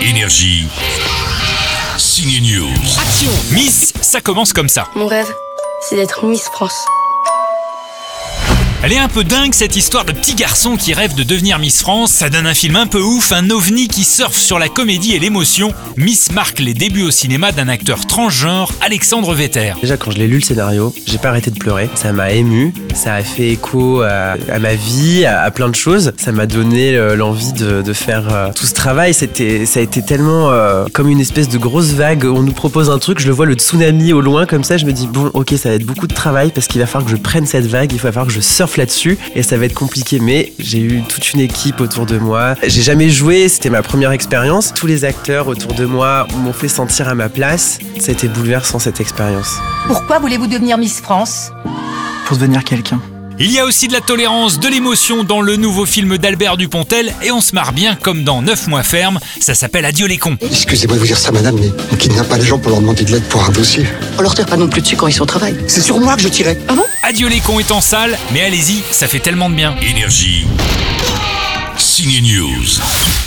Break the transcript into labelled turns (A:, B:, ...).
A: Énergie. Signe News.
B: Action Miss, ça commence comme ça.
C: Mon rêve, c'est d'être Miss France.
B: Elle est un peu dingue cette histoire de petit garçon qui rêve de devenir Miss France. Ça donne un film un peu ouf, un ovni qui surfe sur la comédie et l'émotion. Miss marque les débuts au cinéma d'un acteur transgenre, Alexandre Vetter.
D: Déjà, quand je l'ai lu le scénario, j'ai pas arrêté de pleurer. Ça m'a ému, ça a fait écho à, à ma vie, à, à plein de choses. Ça m'a donné euh, l'envie de, de faire euh, tout ce travail. C'était, ça a été tellement euh, comme une espèce de grosse vague. On nous propose un truc, je le vois le tsunami au loin comme ça. Je me dis bon, ok, ça va être beaucoup de travail parce qu'il va falloir que je prenne cette vague, il va falloir que je surfe là-dessus et ça va être compliqué. Mais j'ai eu toute une équipe autour de moi. J'ai jamais joué, c'était ma première expérience. Tous les acteurs autour de moi m'ont fait sentir à ma place. Ça a été bouleversant cette expérience.
E: Pourquoi voulez-vous devenir Miss France
F: pour devenir quelqu'un.
B: Il y a aussi de la tolérance, de l'émotion dans le nouveau film d'Albert Dupontel et on se marre bien comme dans 9 mois ferme. Ça s'appelle Adieu les cons.
G: Excusez-moi de vous dire ça, madame, mais on kidnappe pas les gens pour leur demander de l'aide pour un dossier.
H: On leur tire pas non plus dessus quand ils sont au travail.
G: C'est sur moi que je tirais.
B: Adieu les cons est en salle, mais allez-y, ça fait tellement de bien.
A: Énergie. Signe News.